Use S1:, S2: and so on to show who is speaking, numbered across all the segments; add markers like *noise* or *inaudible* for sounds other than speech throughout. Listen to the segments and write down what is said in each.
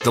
S1: The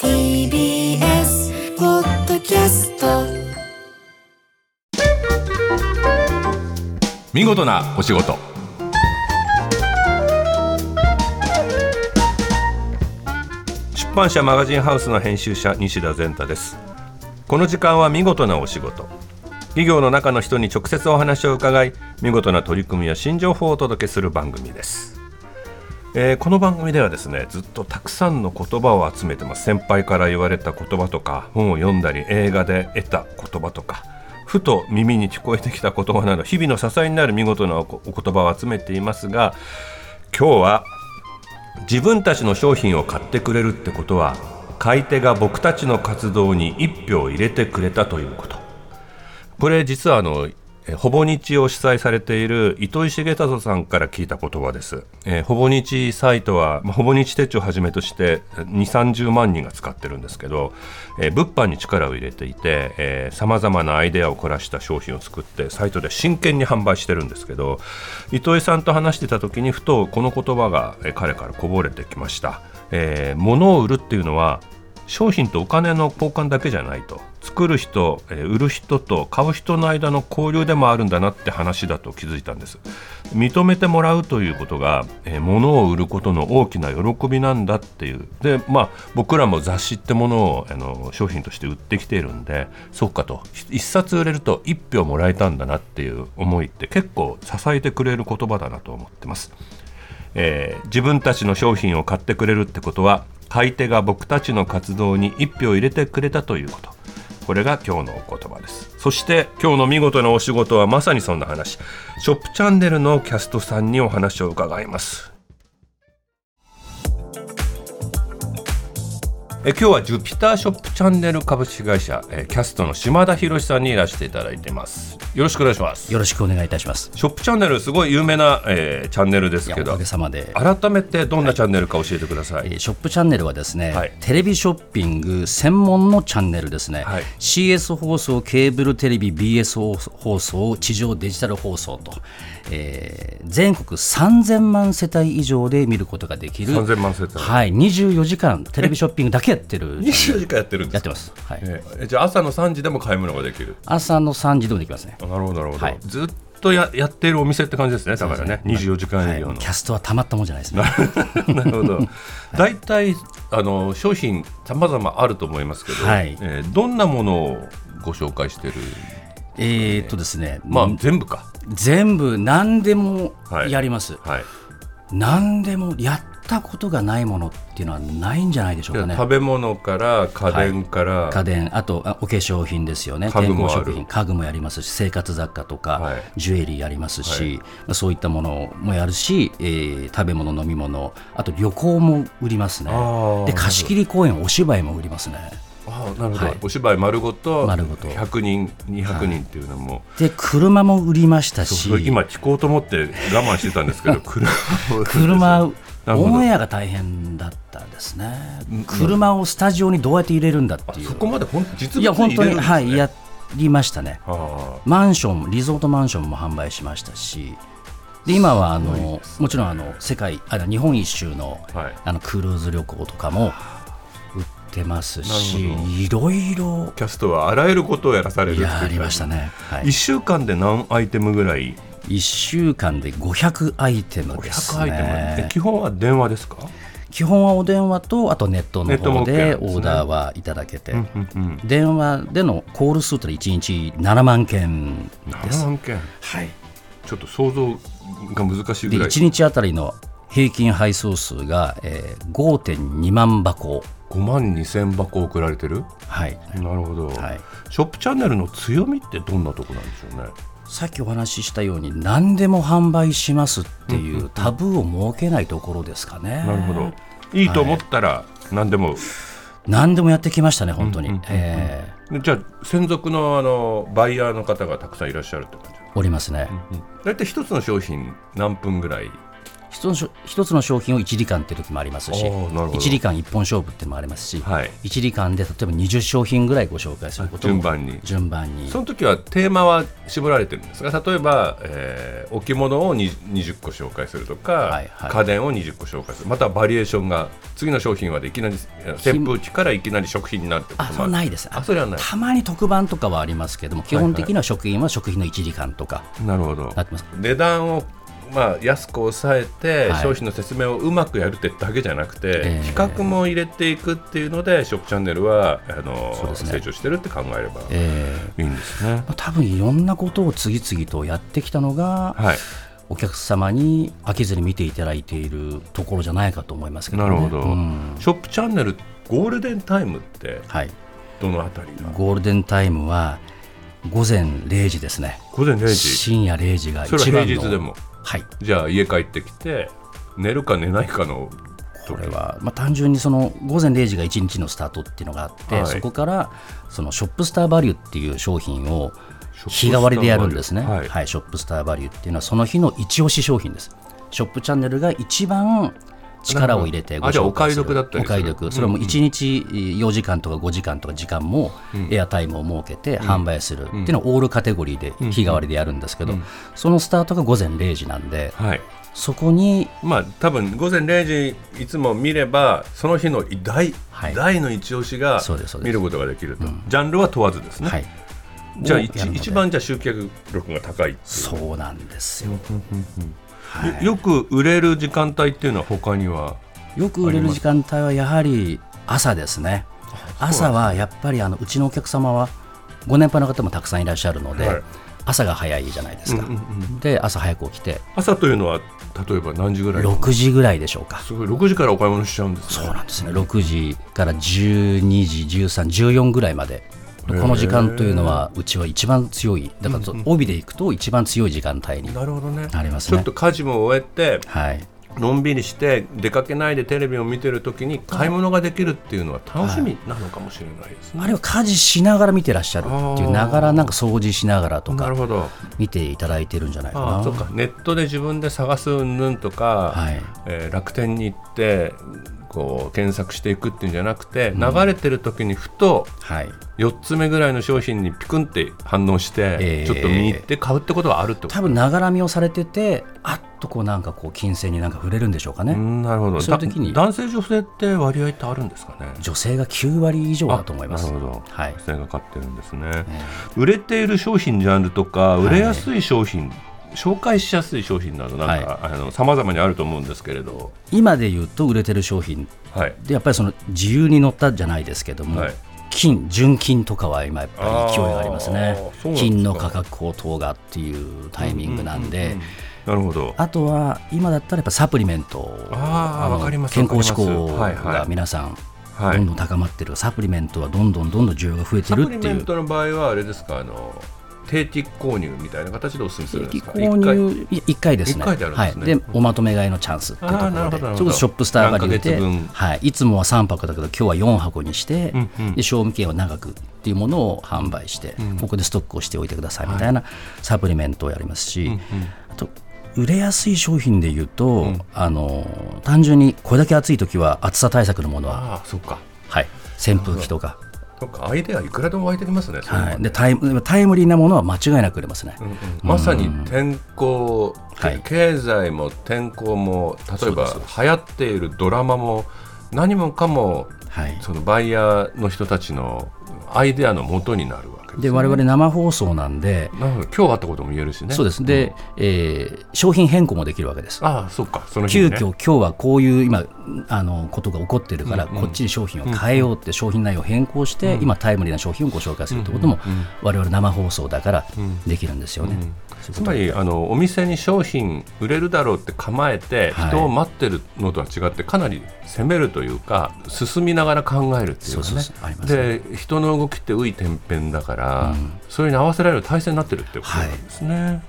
S2: TBS ポッドキャスト
S3: 見事なお仕事出版社マガジンハウスの編集者西田善太ですこの時間は見事なお仕事企業の中の人に直接お話を伺い見事な取り組みや新情報をお届けする番組です、えーこの番組ではですねずっとたくさんの言葉を集めてます先輩から言われた言葉とか本を読んだり映画で得た言葉とかふと耳に聞こえてきた言葉など日々の支えになる見事なおこお言葉を集めていますが今日は自分たちの商品を買ってくれるってことは買い手が僕たちの活動に1票入れてくれたということこれ実はあのえほぼ日を主催されている糸井重里さんから聞いた言葉です、えーほぼ日サイトは、まあ、ほぼ日手帳をはじめとして2 3 0万人が使ってるんですけど、えー物販に力を入れていてさまざまなアイデアを凝らした商品を作ってサイトで真剣に販売してるんですけど糸井さんと話してた時にふとこの言葉がえー彼からこぼれてきました、えー物を売るっていうのは商品とお金の交換だけじゃないと作る人、えー売る人と買う人の間の交流でもあるんだなって話だと気づいたんです認めてもらうということが、えー物を売ることの大きな喜びなんだっていうでまあ僕らも雑誌ってものをあの商品として売ってきているんでそうかとひ一冊売れると一票もらえたんだなっていう思いって結構支えてくれる言葉だなと思ってますえー自分たちの商品を買ってくれるってことは買い手が僕たちの活動に一票入れてくれたということこれが今日のお言葉ですそして今日の見事なお仕事はまさにそんな話ショップチャンネルのキャストさんにお話を伺いますえ今日はジュピターショップチャンネル株式会社、えーキャストの島田博さんにいらしていただいてますよろしくお願いします
S4: よろしくお願いいたします。
S3: ショップチャンネルすごい有名な、えーチャンネルです
S4: いや
S3: け
S4: お
S3: ど
S4: かげさまで、
S3: 改めてどんなチャンネルか教えてください、
S4: えーショップチャンネルはですね、
S3: はい
S4: テレビショッピング専門のチャンネルですね、
S3: はい
S4: CS 放送、ケーブルテレビ、BS 放送、地上デジタル放送と、えー全国3000万世帯以上で見ることができる、
S3: 3000万世帯
S4: はい、24時間テレビショッピングだけやっ
S3: *laughs*
S4: てる、
S3: 24時間やってるんで
S4: やっ
S3: す
S4: て
S3: か
S4: ます、はい
S3: ええじゃあ朝の3時でも買い物ができる
S4: 朝の3時でもできますね。
S3: あなるほどなるほど、
S4: はい
S3: ずっとややっているお店って感じですねだからね24時間営業の、
S4: キャストはたまったもんじゃないですね。
S3: なるほど大体あの商品さまざまあると思いますけど、
S4: はい
S3: えーどんなものをご紹介してる
S4: えーっとですね、
S3: まあ全部か
S4: 全部何でもやります、
S3: はい
S4: 何でもやったことがないものっていうのはないんじゃないでしょうかね
S3: 食。べ物から家電から、
S4: 家電、あとあお化粧品ですよね、
S3: 家具
S4: 健
S3: もあ
S4: 康
S3: る
S4: 食品、家具もやりますし、生活雑貨とか、
S3: はい
S4: ジュエリーやりますし、まあそういったものもやるし、えー食べ物、飲み物、あと旅行も売りますね
S3: あー、
S4: で貸し切り公演、お芝居も売りますね、
S3: あなるほど、
S4: はい
S3: お芝居丸ごと
S4: 丸ごと
S3: 100人200人っていうのも、
S4: で車も売りましたし
S3: そ、れ今聞こうと思って我慢してたんですけ *laughs* ど車を
S4: 車
S3: なるほど
S4: オンエアが大変だったですね、車をスタジオにどうやって入れるんだっていう
S3: そ。こまでほん実
S4: いや
S3: 物
S4: 本
S3: に入
S4: 当
S3: れるん
S4: に、
S3: ですね
S4: はい、やりましたね。
S3: は
S4: マンション、リゾートマンションも販売しましたし、で今はあ
S3: ごい
S4: のもちろんあの世界あの日本一周の,、
S3: はい
S4: あのクルーズ旅行とかも売ってますし
S3: なるほど、
S4: いろいろ
S3: あキャストはあらゆることをやらされるっていう
S4: やりましたね。は
S3: 1
S4: い、
S3: 週間で何アイテムぐらい
S4: 1週間で500アイテムです
S3: 100アイテム、え
S4: ね。
S3: 基本は電話ですか
S4: 基本はお電話とあとネット
S3: ネ
S4: の
S3: ットも OK なん
S4: 方
S3: で
S4: です
S3: ね
S4: オーダーはいただけて、
S3: うんうん
S4: 電話でのコール数ってのは1日7万件で
S3: 7
S4: す。
S3: 万件
S4: はい
S3: ちょっと想像が難しい
S4: で
S3: ぐらい
S4: 1日あたりの平均配送数が、えー5.2万箱、
S3: 5万2千箱送られてる
S4: はい、
S3: なるほど、
S4: はい
S3: ショップチャンネルの強みってどんなとこなんでしょうね
S4: さっきお話ししたように何でも販売しますっていうタブーを設けないところですかね。
S3: なるほどいいと思ったら何でも
S4: 何でもやってきましたね、本当に。え
S3: でじゃあ専属のあのバイヤーの方がたくさんいらっしゃるって感じ
S4: ーおりますね。
S3: 大体一つの商品何分ぐらい
S4: 一つの商一つの商品を1時間っていう時もありますし、
S3: あーなるほど
S4: 1時間1本勝負っていうのもありますし、
S3: はい
S4: 1時間で例えば20商品ぐらいご紹介することも
S3: 順番に
S4: 順番に
S3: その時はテーマは絞られてるんですが例えば、えー置物をに20個紹介するとか、
S4: はいはい
S3: 家電を20個紹介するまたバリエーションが次の商品はでいきなりえー扇風機からいきなり食品になるってこ
S4: あ
S3: と
S4: そ
S3: も
S4: うな
S3: あ
S4: い
S3: る
S4: です
S3: あそれはない
S4: たまに特番とかはありますけども基本的には食品は食品の1時間とか
S3: なるほど
S4: なってます
S3: 値段をまあ安く抑えて、
S4: はい
S3: 商品の説明をうまくやるってだけじゃなくて、
S4: ええ
S3: 比較も入れていくっていうので食チャンネルはあの、
S4: そうですね
S3: 成長してるって考えれば
S4: え
S3: いいんですね。
S4: ー多分いろんなことを次々とやってきたのが、
S3: はい
S4: お客様に飽きずに見ていただいているところじゃないかと思いますけど、
S3: な
S4: ね、
S3: るほど、
S4: うん
S3: ショップチャンネルゴールデンタイムって
S4: はい、
S3: どのあたりが
S4: ゴールデンタイムは午前0時ですね
S3: 午前0時
S4: 深夜0時が一
S3: それ
S4: 番の
S3: は平日でも
S4: はい
S3: じゃあ家帰ってきて寝るか寝ないかの
S4: これは、まあ、単純にその午前0時が1日のスタートっていうのがあって、
S3: はい
S4: そこからそのショップスターバリューっていう商品を日替わりでやるんですね、
S3: は
S4: はいいショップスターバリューっていうのはその日の一押し商品ですショップチャンネルが一番力を入れ
S3: な
S4: て
S3: るほどあじゃあお買い得だったり
S4: お
S3: する
S4: 買い得それも1日4時間とか5時間とか時間もエアタイムを設けて販売するっていうのをオールカテゴリーで日替わりでやるんですけど、そのスタートが午前0時なんで
S3: はい
S4: そこに
S3: まあ多分午前0時いつも見ればその日の大、
S4: はい
S3: 大の一押しが
S4: そうですそうです
S3: 見ることができると、ジャンルは問わずですね、
S4: はい
S3: じゃあ
S4: をや
S3: 一
S4: るので
S3: 一番じゃあ集客力が高いっていう
S4: そうなんですよ。
S3: よよく売れる時間帯っていうのは他には
S4: よく売れる時間帯はやはり朝ですね。朝はやっぱりあのうちのお客様はご年配の方もたくさんいらっしゃるので、
S3: はい
S4: 朝が早いじゃないですか。で朝早く起きて
S3: 朝というのは例えば何時ぐらい
S4: 6時ぐらいでしょうか。
S3: すごい6時からお買い物しちゃうんです
S4: そう
S3: ね
S4: なんですね。6時から12時13、14ぐらいまで。この時間というのはうちは一番強い。だからそ帯で行くと一番強い時間帯に
S3: なるほどね
S4: なります
S3: ちょっ
S4: ね
S3: と。家事も終えて
S4: はい。
S3: のんびりして出かけないでテレビを見てるときに買い物ができるっていうのは楽しみなのかもしれないですね、
S4: あるいは家事しながら見てらっしゃるっていうながらなんか掃除しながらと
S3: な
S4: か
S3: るほど
S4: 見ていただいてるんじゃないか
S3: あ
S4: な
S3: あそうかネットで自分で探すうんぬんとか、
S4: はい
S3: えー楽天に行ってこう検索していくっていうんじゃなくて、流れてるときにふと
S4: はい、
S3: 4つ目ぐらいの商品にピクンって反応して、
S4: えー
S3: ちょっと見に行って買うってことはあるってこと
S4: 多分ながらみをされててあっとこうなんかこう金銭になんか触れるんでしょうかね、
S3: うんなるほど
S4: そういう時に
S3: だ男性女性って割合ってあるんですかね
S4: 女性が9割以上だと思います
S3: あなるほど、
S4: はい
S3: 女性が買ってるんですね、売れている商品ジャンルとか売れやすい商品、紹介しやすい商品などなんか、あの様々にあると思うんですけれど
S4: 今で言うと売れてる商品
S3: はい
S4: でやっぱりその自由に乗ったじゃないですけども、
S3: はい
S4: 金純金とかは今やっぱり勢いがあります
S3: あー
S4: ね
S3: そうなんですか
S4: 金の価格高騰がっていうタイミングなんで、
S3: なるほど
S4: あとは今だったらやっぱサプリメント
S3: あー
S4: の
S3: わかります
S4: 健康志
S3: わかり
S4: 向
S3: ますはいはい
S4: が皆さん
S3: はい
S4: どんどん高まってる、サプリメントはどんどんどんどん需要が増えて
S3: サプ
S4: る
S3: リ
S4: って
S3: メ
S4: いう
S3: ントの場合はあれですかあの定期購入みたいな形でお勧めするんですか
S4: 購
S3: 一回
S4: 入1回ですね
S3: 一回であるんですね
S4: はい、でおまとめ買いのチャンスっていうとこ
S3: あーなるほ
S4: ろ
S3: ど
S4: で
S3: なるほど
S4: ちょっとショップスターバリュー
S3: 何ヶ月分
S4: で、はい、いつもは3泊だけど今日は4箱にして、
S3: んうん
S4: で賞味期限を長くっていうものを販売して、ここでストックをしておいてくださいみたいなサプリメントをやりますし、あと売れやすい商品でいうと、あの単純にこれだけ暑い時は暑さ対策のもの
S3: あ
S4: は、
S3: あそっか
S4: はい、扇風機とか。
S3: なんかアイデアいくらでも湧いてきますね、それは
S4: はい、でタイムタイムリーなものは間違いなく売れますね、
S3: まさに天候、
S4: はい
S3: 経済も天候も例えば
S4: そう
S3: 流行っているドラマも何もかも
S4: はい、
S3: そのバイヤーの人たちのアイデアの元になるわけです
S4: で我々生放送なんで、
S3: なるほど今日あったことも言えるしね
S4: そうですで、えー商品変更もできるわけです
S3: ああそうかその日
S4: 急
S3: に、ね、
S4: 遽今日はこういう今あのことが起こってるから、こっちに商品を変えようって商品内容を変更して、今タイムリーな商品をご紹介するってことも、我々生放送だからできるんですよね、そういう
S3: つ
S4: こと
S3: まりあのお店に商品売れるだろうって構えて、
S4: はい
S3: 人を待ってるのとは違ってかなり攻めるというか進みながら考えるっていうかね
S4: そうそうそうあります
S3: で人の動きって浮いてんぺんだから、それに合わせられる体制になってるってことなんですね、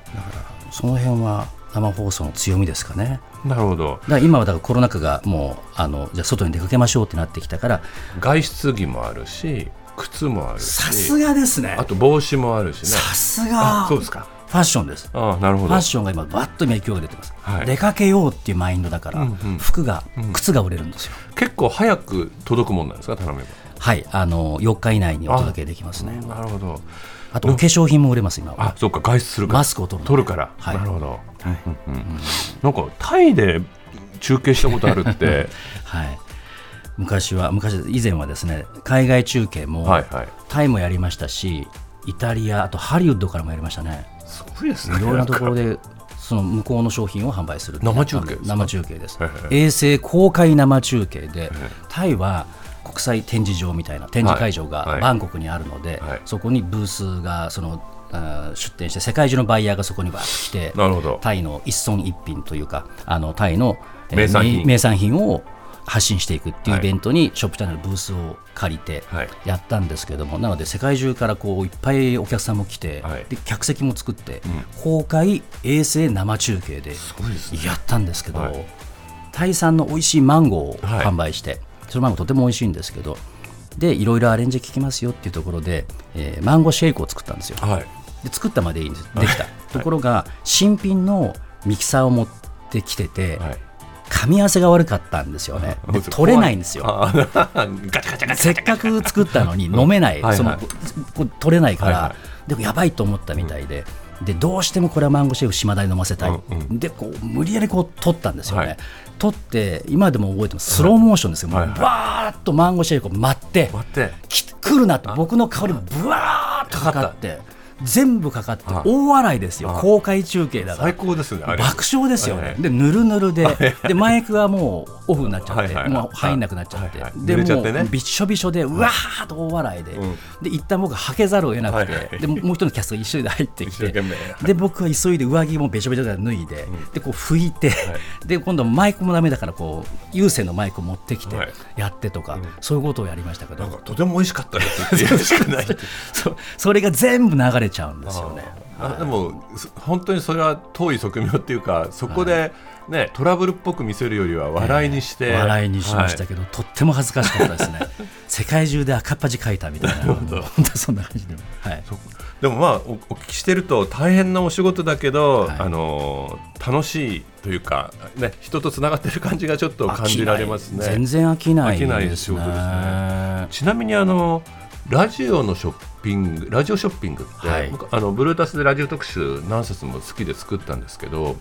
S4: その辺は生放送の強みですかね。
S3: なるほど
S4: だから今はだからコロナ禍がもうあのじゃあ外に出かけましょうってなってきたから
S3: 外出着もあるし靴もあるし
S4: さすがですね
S3: あと帽子もあるしね
S4: さす
S3: あ
S4: が
S3: そう
S4: フ
S3: ですか
S4: ァッションです
S3: あなるほ
S4: フ
S3: ど
S4: ァッションが今バッと今勢いが出てます、
S3: はい
S4: 出かけようっていうマインドだから、
S3: うんうん
S4: 服が靴が売れるんですよ、
S3: 結構早く届くもんなんですか頼め
S4: はいあの4日以内にお届けできますね
S3: ばなるほど
S4: あとお化粧品も売れます今は
S3: あそうか外出するから
S4: マスクを取る
S3: 取るから、
S4: はい
S3: なるほど、うんうんなんかタイで中継したことあるって
S4: *laughs* はい昔は昔以前はですね海外中継も、
S3: はいはい
S4: タイもやりましたしイタリアあとハリウッドからもやりましたね
S3: すごいですね
S4: いろんなところ
S3: で
S4: でその向こうの商品を販売する
S3: 生中継ですか
S4: 生中継です
S3: へ
S4: 衛星公開生中継でタイは国際展示場みたいな展示会
S3: は
S4: 場
S3: いは
S4: が
S3: い
S4: バンコクにあるので、
S3: はい
S4: そこにブースがそのあー出店して世界中のバイヤーがそこには来て
S3: なるほど
S4: タイの一村一品というかあのタイの、えー
S3: 名産品
S4: 名産品を発信していくっていう
S3: は
S4: イ
S3: い
S4: ベントにショップチャンネルブースを借りて
S3: はい
S4: やったんですけれども、なので世界中からこういっぱいお客さんも来て、
S3: はい
S4: で客席も作って、公開衛星生中継でやったんですけど、
S3: はい
S4: タイ産の美味しいマンゴーを
S3: はい
S4: 販売して、そのマンゴーとても美味しいんですけどでいろいろアレンジ効きますよっていうところで、えーマンゴーシェイクを作ったんですよ
S3: はい
S4: で作ったまでいいんですできた、ところが新品のミキサーを持ってきてて、
S3: はい
S4: 噛み合わせが悪かったんですよねで取れないんですよ
S3: あガチャガチャガチャガチ
S4: せっ
S3: ャ
S4: かく作ったのに飲めない、
S3: はいはい
S4: そのこう取れないから、
S3: はいは
S4: でもやばいと思ったみたいで。でどうしてもこれはマンゴーシェイク島田に飲ませたい、
S3: うん
S4: でこう無理やりこう取ったんですよね、
S3: はい
S4: 取って今でも覚えてますスローモーションですよ、
S3: はい
S4: もうバーっとマンゴーシェイクを待って、
S3: 待って
S4: き来るなと僕の顔にブワーっとかかって全部かかって
S3: はい
S4: 大笑いですよ
S3: はい
S4: 公開中継だから
S3: 最高ですねあれ
S4: 爆笑ですよ
S3: はい
S4: ね、でぬるぬるで、でマイクがもうオフになっちゃっ
S3: はい
S4: て、
S3: はい
S4: もう入んなくなっちゃっ
S3: はい
S4: て
S3: はい、
S4: で
S3: 濡れちゃってね
S4: もうびっしょびしょで、うわーっと大笑いで、
S3: ん
S4: で一旦僕、はけざるを得なくて、
S3: はいはい
S4: でもう一人のキャストが一緒で入ってき
S3: 一生
S4: て
S3: 懸命、
S4: で僕は急いで上着もべしょべしょで脱いで、でこう拭いて、で今度、マイクもだめだからこう、有線のマイクを持ってきて
S3: はい、
S4: やってとか、そういうことをやりましたけど
S3: なん。かとても美味しかったです
S4: *laughs*
S3: って言うしかない
S4: そそれが全部流れちゃうんですよね。
S3: あでもそ本当にそれは遠い側面っていうかそこで、ね、トラブルっぽく見せるよりは笑いにして、
S4: 笑いにしました
S3: は
S4: けど、とっても恥ずかしかった
S3: *laughs*
S4: ですね世界中で赤っ恥かいたみたいな本当そんな感じで、はい、
S3: いでもまあおお聞きしてると大変なお仕事だけど、
S4: はい
S3: あのー楽しいというか、ね、人とつながってる感じがちょっと感じられます
S4: 飽きない全
S3: ね
S4: 然飽きない
S3: 飽きない
S4: で
S3: 仕
S4: す
S3: 事
S4: ね
S3: ですちなみにあのラジオのショッピングラジオショッピングって、
S4: はい
S3: 僕あのブルータスでラジオ特集何冊も好きで作ったんですけど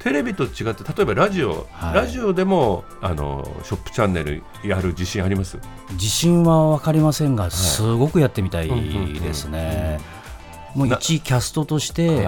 S3: テレビと違って例えばラジオ、
S4: はい
S3: ラジオでもあのショップチャンネルやる自信あります
S4: 自信は分かりませんがすごくやってみたいですねもう
S3: な
S4: 一キャストとし
S3: は
S4: て
S3: い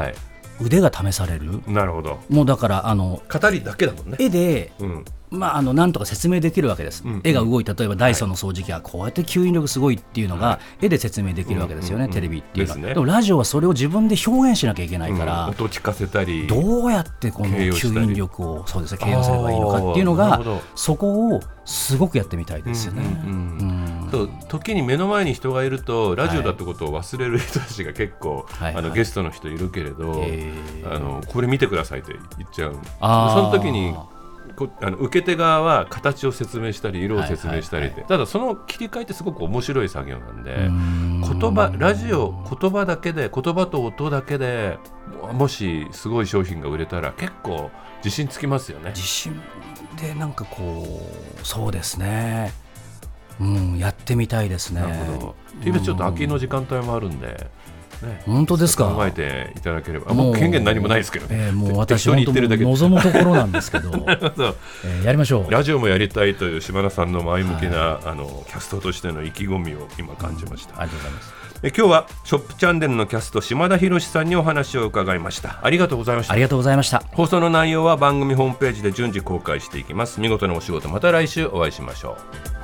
S4: 腕が試される、
S3: なるほど
S4: もうだからあの
S3: 語りだけだもんね
S4: 絵で
S3: うん
S4: まあ、あのなんとか説明できるわけです、
S3: んうん
S4: 絵が動いた、例えばダイソンの掃除機はこうやって吸引力すごいっていうのが、絵で説明できるわけですよね、
S3: うんうんうん
S4: テレビっていうのは。
S3: で
S4: です
S3: ね
S4: もラジオはそれを自分で表現しなきゃいけないか
S3: う
S4: ら
S3: ん、音聞かせたり
S4: どうやってこの
S3: 形容したり
S4: 吸引力をそうです、ね、形容すればいいのかっていうの
S3: あーな
S4: が
S3: るほど、
S4: そこをすごくやってみたいですよね。
S3: うんうん
S4: う
S3: うん
S4: ん
S3: そう時に目の前に人がいるとラジオだってことを忘れる人たちが結構、
S4: はい
S3: あの
S4: はい
S3: ゲストの人いるけれど、
S4: えー
S3: あのこれ見てくださいって言っちゃう
S4: あ
S3: そ
S4: ー
S3: の時にこあの受け手側は形を説明したり色を説明したりって、
S4: はいはい
S3: ただその切り替えってすごく面白い作業なんで
S4: ん
S3: 言葉ラジオ言葉だけで言葉と音だけでももしすごい商品が売れたら結構自信つきますよね。
S4: 自信でなんかこうそうですね、うん、やってみたいですね。
S3: なるほど。っていう意味でちょっと秋の時間帯もあるんで、ね、
S4: 本当ですか
S3: 考えていただければ、あもう権限何もないですけどね。
S4: えーもう
S3: 適
S4: 私、
S3: 当に言
S4: 本当
S3: ってるだけで
S4: 望むところなんですけ
S3: *laughs*
S4: ど、
S3: そう
S4: えーやりましょう。
S3: ラジオも *laughs* やりたいという島田さんの前向きな、あのキャストとしての意気込みを今感じました。
S4: ありがとうございます。
S3: え今日はショップチャンネルのキャスト島田博さんにお話を伺いましたありがとうございました
S4: ありがとうございました。
S3: 放送の内容は番組ホームページで順次公開していきます見事なお仕事また来週お会いしましょう